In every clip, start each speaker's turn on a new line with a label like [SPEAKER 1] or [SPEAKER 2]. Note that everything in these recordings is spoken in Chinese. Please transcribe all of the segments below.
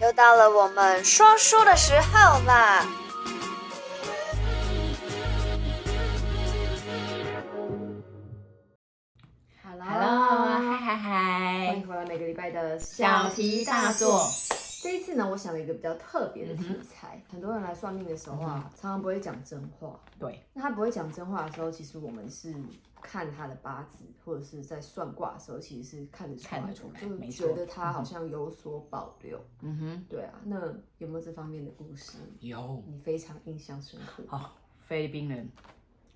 [SPEAKER 1] 又到了我们说书的时候啦！
[SPEAKER 2] Hello，
[SPEAKER 3] 嗨嗨
[SPEAKER 2] 欢
[SPEAKER 3] 嗨
[SPEAKER 2] 迎，回来每个礼拜的
[SPEAKER 3] 小题大做。嗯
[SPEAKER 2] 这一次呢，我想了一个比较特别的题材。很多人来算命的时候啊，常常不会讲真话。
[SPEAKER 3] 对，
[SPEAKER 2] 那他不会讲真话的时候，其实我们是看他的八字，或者是在算卦的时候，其实是看得出来
[SPEAKER 3] 看
[SPEAKER 2] 的，
[SPEAKER 3] 得出来
[SPEAKER 2] 就是
[SPEAKER 3] 没错
[SPEAKER 2] 觉得他好像有所保留。
[SPEAKER 3] 嗯哼，
[SPEAKER 2] 对啊，那有没有这方面的故事，
[SPEAKER 3] 有
[SPEAKER 2] 你非常印象深刻？
[SPEAKER 3] 哦，菲律宾人，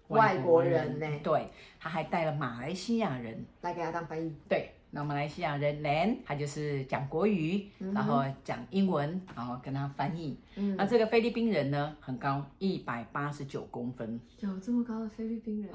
[SPEAKER 2] 外国人嘞
[SPEAKER 3] 对，他还带了马来西亚人，
[SPEAKER 2] 来给他当翻译。
[SPEAKER 3] 对，那马来西亚人人他就是讲国语，然后讲英文，然后跟他翻译。
[SPEAKER 2] 嗯
[SPEAKER 3] 那这个菲律宾人呢，很高，一百八十九公分，
[SPEAKER 2] 有这么高的菲律宾人，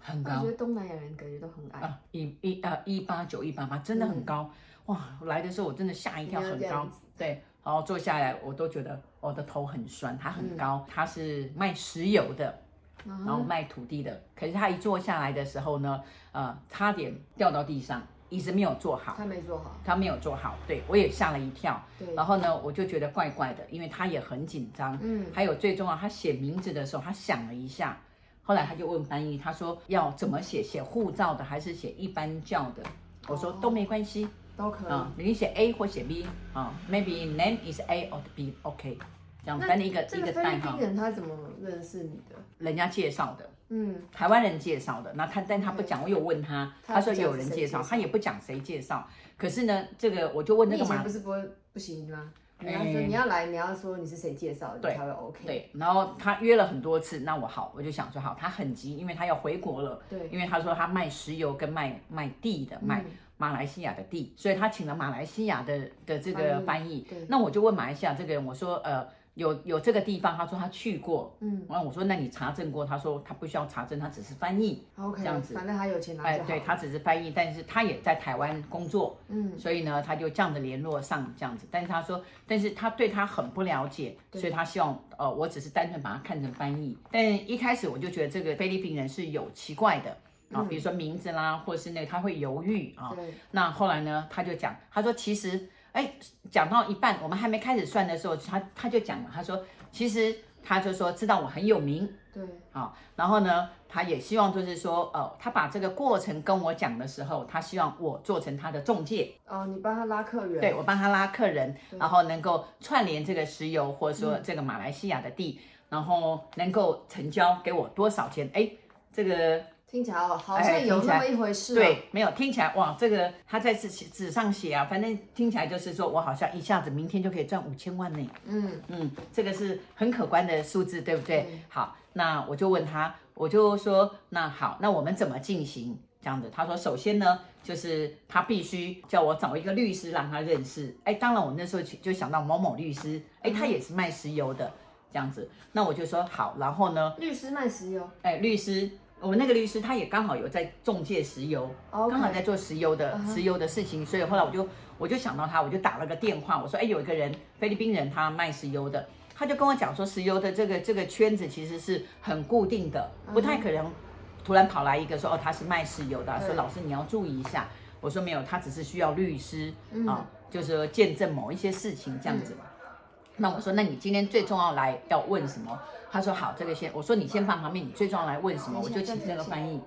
[SPEAKER 3] 很
[SPEAKER 2] 我觉
[SPEAKER 3] 高
[SPEAKER 2] 得东南亚人感觉都很矮，
[SPEAKER 3] 啊，一一呃一八九一八八，真的很高。哇，来的时候我真的吓一跳，
[SPEAKER 2] 应该要
[SPEAKER 3] 很
[SPEAKER 2] 这
[SPEAKER 3] 高
[SPEAKER 2] 样子。
[SPEAKER 3] 对，然后坐下来我都觉得我的头很酸，他很高，他是卖石油的。
[SPEAKER 2] 然
[SPEAKER 3] 然后卖土地的。可是他一坐下来的时候呢，呃，差点掉到地上，椅子没有坐好，
[SPEAKER 2] 他没做好。
[SPEAKER 3] 他没有坐好，对我也吓了一跳。
[SPEAKER 2] 对，
[SPEAKER 3] 然后呢，我就觉得怪怪的，因为他也很紧张。
[SPEAKER 2] 嗯
[SPEAKER 3] 还有最重要，他写名字的时候，他想了一下，后来他就问翻译，他说要怎么写，写护照的还是写一般教的？我说
[SPEAKER 2] 哦
[SPEAKER 3] 都没关系
[SPEAKER 2] 都可以。
[SPEAKER 3] 啊、你写 A 或写 B 啊、m a y b e name is A or B，OK，、这样
[SPEAKER 2] 那
[SPEAKER 3] 反正一个
[SPEAKER 2] 这
[SPEAKER 3] 一个
[SPEAKER 2] 菲
[SPEAKER 3] 代
[SPEAKER 2] 律
[SPEAKER 3] 号
[SPEAKER 2] 宾，人他怎么认识你的？
[SPEAKER 3] 人家介绍的。
[SPEAKER 2] 嗯，
[SPEAKER 3] 台湾人介绍的，那他但他不讲，我有问他，
[SPEAKER 2] 他
[SPEAKER 3] 他说
[SPEAKER 2] 嗯不讲
[SPEAKER 3] 有人
[SPEAKER 2] 谁
[SPEAKER 3] 介绍，
[SPEAKER 2] 介绍
[SPEAKER 3] 他也不讲谁介绍。可是呢，这个我就问
[SPEAKER 2] 你
[SPEAKER 3] 那
[SPEAKER 2] 以
[SPEAKER 3] 个
[SPEAKER 2] 前
[SPEAKER 3] 马
[SPEAKER 2] 不是不会不行吗？你要说
[SPEAKER 3] 哎
[SPEAKER 2] 你要来，你要说你是谁介绍的，
[SPEAKER 3] 对
[SPEAKER 2] 你才会 OK。
[SPEAKER 3] 对，然后他约了很多次，那我好，我就想说好，他很急，因为他要回国了，
[SPEAKER 2] 对
[SPEAKER 3] 因为他说他卖石油跟卖卖地
[SPEAKER 2] 嗯
[SPEAKER 3] 的，卖马来西亚的地，所以他请了马来西亚的的这个翻
[SPEAKER 2] 翻
[SPEAKER 3] 译
[SPEAKER 2] 对。
[SPEAKER 3] 那我就问马来西亚这个人，我说呃有有这个地方，他说他去过，
[SPEAKER 2] 嗯
[SPEAKER 3] 然后我说那你查证过？他说他不需要查证，他只是翻译，
[SPEAKER 2] ，OK，
[SPEAKER 3] 这样子
[SPEAKER 2] 反正他有钱拿
[SPEAKER 3] 哎
[SPEAKER 2] 就，好。
[SPEAKER 3] 对他只是翻译，但是他也在台湾工作，
[SPEAKER 2] 嗯，
[SPEAKER 3] 所以呢，他就这样子联络上这样子，但是他说，但是他对他很不了解，所以他希望，呃，我只是单纯把他看成翻译，但一开始我就觉得这个菲律宾人是有奇怪的啊、比如说名字啦，或是那个他会犹豫啊、
[SPEAKER 2] 对，
[SPEAKER 3] 那后来呢，他就讲，他说其实，哎，讲到一半，我们还没开始算的时候，他他就讲了，他说其实他就说知道我很有名，
[SPEAKER 2] 对，
[SPEAKER 3] 啊、然后呢，他也希望就是说，呃，他把这个过程跟我讲的时候，他希望我做成他的中介，
[SPEAKER 2] 哦，你帮他拉客源。
[SPEAKER 3] 对我帮他拉客人，然后能够串联这个石油或者说这个马来西亚的地，然后能够成交给我多少钱？哎，这个
[SPEAKER 2] 听起来哦，好
[SPEAKER 3] 哎
[SPEAKER 2] 像有
[SPEAKER 3] 听起
[SPEAKER 2] 那
[SPEAKER 3] 来
[SPEAKER 2] 么一回事。，哦
[SPEAKER 3] 对，没有听起来哇，这个他在纸纸上写啊，反正听起来就是说我好像一下子明天就可以赚五千万呢。
[SPEAKER 2] 嗯，
[SPEAKER 3] 嗯，这个是很可观的数字，对不对？
[SPEAKER 2] 对
[SPEAKER 3] 好，那我就问他，我就说，那好，那我们怎么进行这样子？他说，首先呢，就是他必须叫我找一个律师让他认识。哎，当然我那时候就就想到某某律师，哎，他也是卖石油的这样子。那我就说好，然后呢，
[SPEAKER 2] 律师卖石油。
[SPEAKER 3] 哎，律师，我们那个律师他也刚好有在中介石油
[SPEAKER 2] 哦 OK 嗯
[SPEAKER 3] 刚好在做石油的、石油的事情，所以后来我就我就想到他，我就打了个电话，我说，哎，有一个人菲律宾人，他卖石油的，他就跟我讲说，石油的这个这个圈子其实是很固定的，
[SPEAKER 2] 嗯
[SPEAKER 3] 不太可能突然跑来一个说，哦，他是卖石油的啊，
[SPEAKER 2] 对
[SPEAKER 3] 说老师你要注意一下，我说没有，他只是需要律师啊、
[SPEAKER 2] 嗯
[SPEAKER 3] 就是说见证某一些事情这样子。那我说，那你今天最重要来要问什么？他说好，这个先。我说你先放旁边，你最重要来问什么？我
[SPEAKER 2] 等一下
[SPEAKER 3] 就请这个翻译。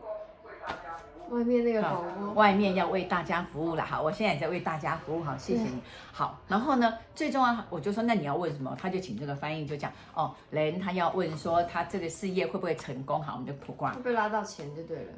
[SPEAKER 2] 外面那个
[SPEAKER 3] 啊
[SPEAKER 2] 广播。
[SPEAKER 3] 外面要为大家服务了，好，我现在也在为大家服务，好，谢谢你。好，然后呢，最重要，我就说那你要问什么？他就请这个翻译就讲哦，人他要问说他这个事业会不会成功？好，我们就卜卦
[SPEAKER 2] 会，被拉到钱就对了，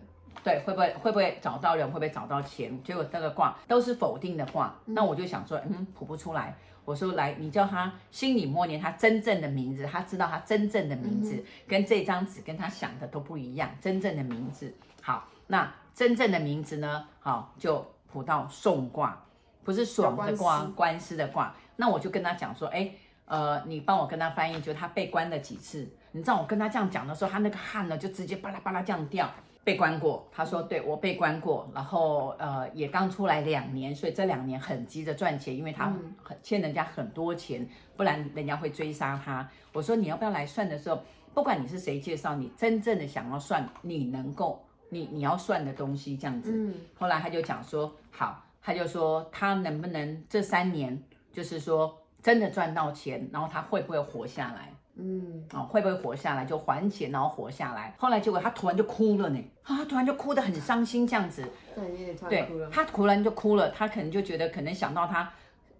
[SPEAKER 3] 对，会不会会不会找到人？会不会找到钱？结果这个卦都是否定的卦，那我就想说，嗯，卜不出来。我说来，你叫他心里默念他真正的名字，他知道他真正的名字、跟这张纸跟他想的都不一样，真正的名字。好，那真正的名字呢？好，就卜到送卦，不是爽的
[SPEAKER 2] 叫官
[SPEAKER 3] 卦
[SPEAKER 2] 司，
[SPEAKER 3] 官司的卦。那我就跟他讲说，哎，呃，你帮我跟他翻译，就他被关了几次。你知道我跟他这样讲的时候，他那个汗呢就直接巴拉巴拉这样掉。被关过，他说对我被关过，然后呃也刚出来两年，所以这两年很急着赚钱，因为他很欠人家很多钱，不然人家会追杀他。我说你要不要来算的时候，不管你是谁介绍，你真正的想要算，你能够你你要算的东西这样子。
[SPEAKER 2] 嗯，
[SPEAKER 3] 后来他就讲说好，他就说他能不能这三年就是说真的赚到钱，然后他会不会活下来？
[SPEAKER 2] 嗯，
[SPEAKER 3] 哦，会不会活下来就还钱，然后活下来？后来结果他突然就哭了呢，啊，他突然就哭得很伤心这样子，
[SPEAKER 2] 在里面突
[SPEAKER 3] 对
[SPEAKER 2] 然哭了，
[SPEAKER 3] 他突然就哭了，他可能就觉得可能想到他。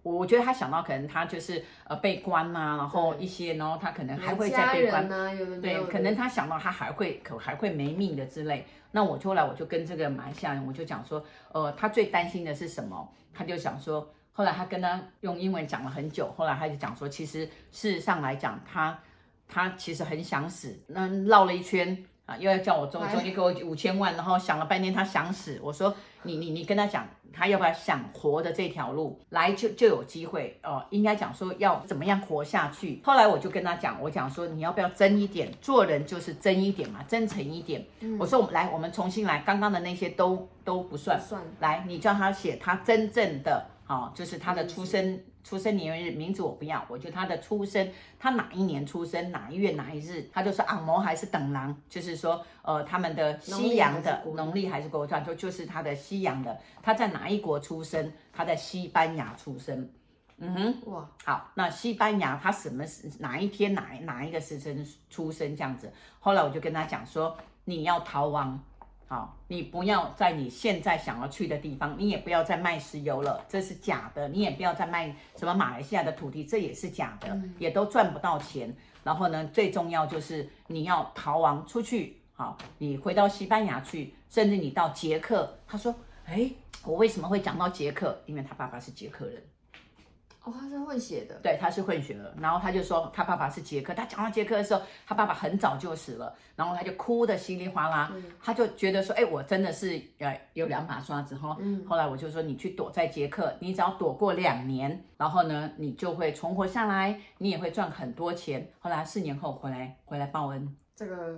[SPEAKER 3] 我我觉得他想到可能他就是呃被关呐、然后一些，然后他可能还会再
[SPEAKER 2] 家
[SPEAKER 3] 被关
[SPEAKER 2] 人，呢、有的没有
[SPEAKER 3] 对，
[SPEAKER 2] 的
[SPEAKER 3] 可能他想到他还会可还会没命的之类。那我就后来我就跟这个马来西亚人，我就讲说，呃，他最担心的是什么？他就想说，后来他跟他用英文讲了很久，后来他就讲说，其实事实上来讲，他他其实很想死，那绕了一圈。啊，又要叫我中
[SPEAKER 2] 哎
[SPEAKER 3] 中间给我五千万，然后想了半天，他想死。我说你你你跟他讲，他要不要想活的这条路来就就有机会哦、呃应该讲说要怎么样活下去。后来我就跟他讲，我讲说你要不要真一点，做人就是真一点嘛，真诚一点。我说我们来，我们重新来，刚刚的那些都都不算
[SPEAKER 2] 不，算
[SPEAKER 3] 来，你叫他写他真正的，哦，就是他的出生出生年月日，名字我不要，我就他的出生，他哪一年出生，哪一月哪一日，他就说昂摩还是等郎，就是说呃他们的西洋的农
[SPEAKER 2] 农
[SPEAKER 3] 历还是国传，就就是他的西洋的，他在哪一国出生，他在西班牙出生。嗯哼，
[SPEAKER 2] 哇，
[SPEAKER 3] 好，那西班牙他什么时哪一天哪哪一个时辰出生这样子？后来我就跟他讲说，你要逃亡，好，你不要在你现在想要去的地方，你也不要再卖石油了，这是假的，你也不要再卖什么马来西亚的土地，这也是假的，也都赚不到钱。然后呢，最重要就是你要逃亡出去，好，你回到西班牙去，甚至你到捷克。他说，哎，我为什么会讲到捷克？因为他爸爸是捷克人。
[SPEAKER 2] 哦，他是会写的，
[SPEAKER 3] 对，他是混血儿，然后他就说他爸爸是捷克，他讲到捷克的时候，他爸爸很早就死了，然后他就哭得稀里哗啦，他就觉得说，哎，我真的是呃有两把刷子哈。后来我就说，你去躲在捷克，你只要躲过两年，然后呢，你就会存活下来，你也会赚很多钱。后来四年后回来回来报恩，
[SPEAKER 2] 这个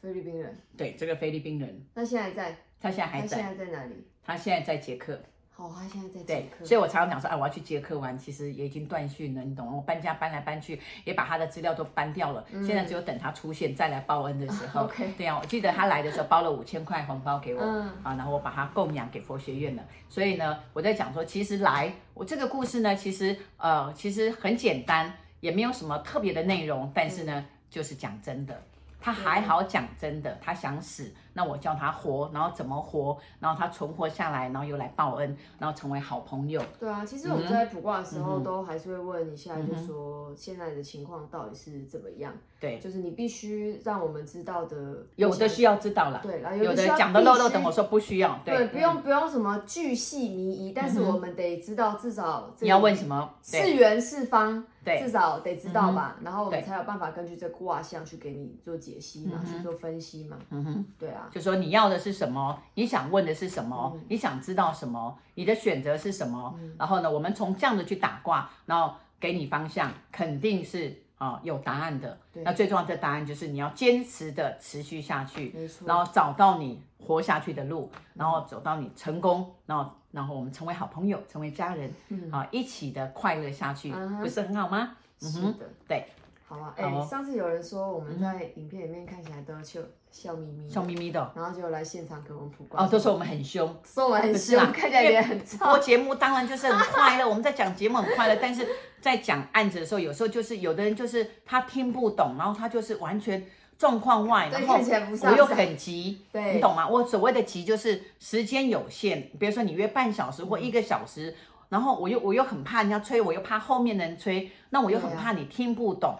[SPEAKER 2] 菲律宾人，
[SPEAKER 3] 对这个菲律宾人，
[SPEAKER 2] 那现在在，
[SPEAKER 3] 他现在
[SPEAKER 2] 他
[SPEAKER 3] 还
[SPEAKER 2] 现
[SPEAKER 3] 在，
[SPEAKER 2] 在在哪里？
[SPEAKER 3] 他现在在捷克。
[SPEAKER 2] 好、他现在
[SPEAKER 3] 对
[SPEAKER 2] 在捷，克，
[SPEAKER 3] 所以我常常讲说，哎，我要去捷克玩，其实也已经断讯了，你懂吗？我搬家搬来搬去，也把他的资料都搬掉了，现在只有等他出现再来报恩的时候。
[SPEAKER 2] 嗯 OK
[SPEAKER 3] 对啊，我记得他来的时候包了五千块红包给我，
[SPEAKER 2] 嗯
[SPEAKER 3] 啊，然后我把他供养给佛学院了。所以呢，我在讲说，其实来我这个故事呢，其实呃，其实很简单，也没有什么特别的内容，但是
[SPEAKER 2] 嗯
[SPEAKER 3] 呢，就是讲真的。他还好讲真的，他想死，那我叫他活，然后怎么活，然后他存活下来，然后又来报恩，然后成为好朋友。
[SPEAKER 2] 对啊，其实我们在卜卦的时
[SPEAKER 3] 嗯
[SPEAKER 2] 候，都还是会问一下，就说现在的情况到底是怎么样？
[SPEAKER 3] 对
[SPEAKER 2] 就是你必须让我们知道的，
[SPEAKER 3] 有的需要知道了，
[SPEAKER 2] 对然后有
[SPEAKER 3] 有
[SPEAKER 2] 的需
[SPEAKER 3] 的
[SPEAKER 2] 要
[SPEAKER 3] 讲的漏漏
[SPEAKER 2] 必
[SPEAKER 3] 等
[SPEAKER 2] 须
[SPEAKER 3] 我说不需要，
[SPEAKER 2] 对，
[SPEAKER 3] 对，
[SPEAKER 2] 不用不用什么巨细靡遗，但是我们得知道至少
[SPEAKER 3] 嗯你要问什么？
[SPEAKER 2] 是
[SPEAKER 3] 对，
[SPEAKER 2] 圆是方，
[SPEAKER 3] 对嗯
[SPEAKER 2] 至少得知道吧，然后我们
[SPEAKER 3] 对嗯
[SPEAKER 2] 才有办法根据这卦象去给你做解析嘛，去做分析嘛，嗯哼，对啊，
[SPEAKER 3] 就说你要的是什么，你想问的是什么，
[SPEAKER 2] 嗯
[SPEAKER 3] 你想知道什么，你的选择是什么。然后呢，我们从这样的去打卦，然后给你方向，肯定是啊、有答案的。那最重要的答案就是你要坚持的持续下去，
[SPEAKER 2] 没错嗯
[SPEAKER 3] 然后找到你活下去的路，然后走到你成功，然后然后我们成为好朋友，成为家人，啊，一起的快乐下去，
[SPEAKER 2] 嗯哼
[SPEAKER 3] 不是很好吗？嗯
[SPEAKER 2] 是的，
[SPEAKER 3] 对，
[SPEAKER 2] 好啊，哎、
[SPEAKER 3] 好哦
[SPEAKER 2] 上次有人说我们在影片里面看起来都笑笑眯眯的，
[SPEAKER 3] 笑眯眯的
[SPEAKER 2] 然后就来现场给我们卜卦，
[SPEAKER 3] 哦，都说我们很凶。
[SPEAKER 2] 说我们很
[SPEAKER 3] 不是
[SPEAKER 2] 凶
[SPEAKER 3] 啦，
[SPEAKER 2] 看起来脸很
[SPEAKER 3] 播
[SPEAKER 2] 臭，
[SPEAKER 3] 节目当然就是很快乐，我们在讲节目很快乐，但是在讲案子的时候，有时候就是有的人就是他听不懂，然后他就是完全状况外，
[SPEAKER 2] 对
[SPEAKER 3] 然后
[SPEAKER 2] 看起来不上
[SPEAKER 3] 我又
[SPEAKER 2] 手
[SPEAKER 3] 很急，
[SPEAKER 2] 对
[SPEAKER 3] 你懂吗？我所谓的急就是时间有限，比如说你约半小时或一个小时，然后我又我又很怕人家催，我又怕后面的人催，那我又很
[SPEAKER 2] 对啊
[SPEAKER 3] 怕你听不懂。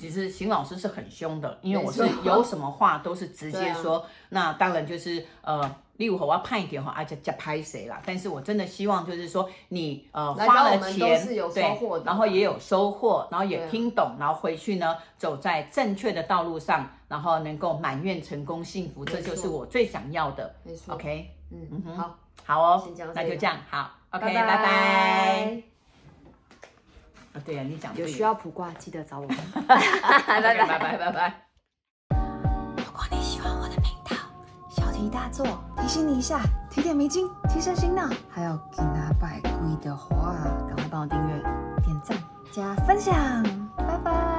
[SPEAKER 3] 其实邢老师是很凶的，因为我是
[SPEAKER 2] 没错
[SPEAKER 3] 有什么话都是直
[SPEAKER 2] 对
[SPEAKER 3] 接
[SPEAKER 2] 啊
[SPEAKER 3] 说。那当然就是呃，例如我要判一点哈，而且加拍谁啦。但是我真的希望就是说你呃
[SPEAKER 2] 来
[SPEAKER 3] 花
[SPEAKER 2] 找
[SPEAKER 3] 了
[SPEAKER 2] 我们都
[SPEAKER 3] 钱，
[SPEAKER 2] 是有收获
[SPEAKER 3] 对，
[SPEAKER 2] 的
[SPEAKER 3] 然后也有收获，然后也
[SPEAKER 2] 对啊
[SPEAKER 3] 听懂，然后回去呢走在正确的道路上，然后能够满愿成功幸福，这
[SPEAKER 2] 没错
[SPEAKER 3] 就是我最想要的。
[SPEAKER 2] 没错
[SPEAKER 3] OK，
[SPEAKER 2] 嗯，好
[SPEAKER 3] 好哦
[SPEAKER 2] 先讲，到
[SPEAKER 3] 那
[SPEAKER 2] 这
[SPEAKER 3] 就
[SPEAKER 2] 里
[SPEAKER 3] 这样，好，OK，拜
[SPEAKER 2] 拜
[SPEAKER 3] 拜。啊，对呀，你讲对
[SPEAKER 2] 有
[SPEAKER 3] 了
[SPEAKER 2] 需要卜卦记得找我们。
[SPEAKER 3] 拜拜拜拜拜拜。
[SPEAKER 4] 如果你喜欢我的频道，小题大做，提醒你一下，提点迷津，提升醒脑。还有给拿百贵的话，赶快帮我订阅、点赞、加分享，拜拜。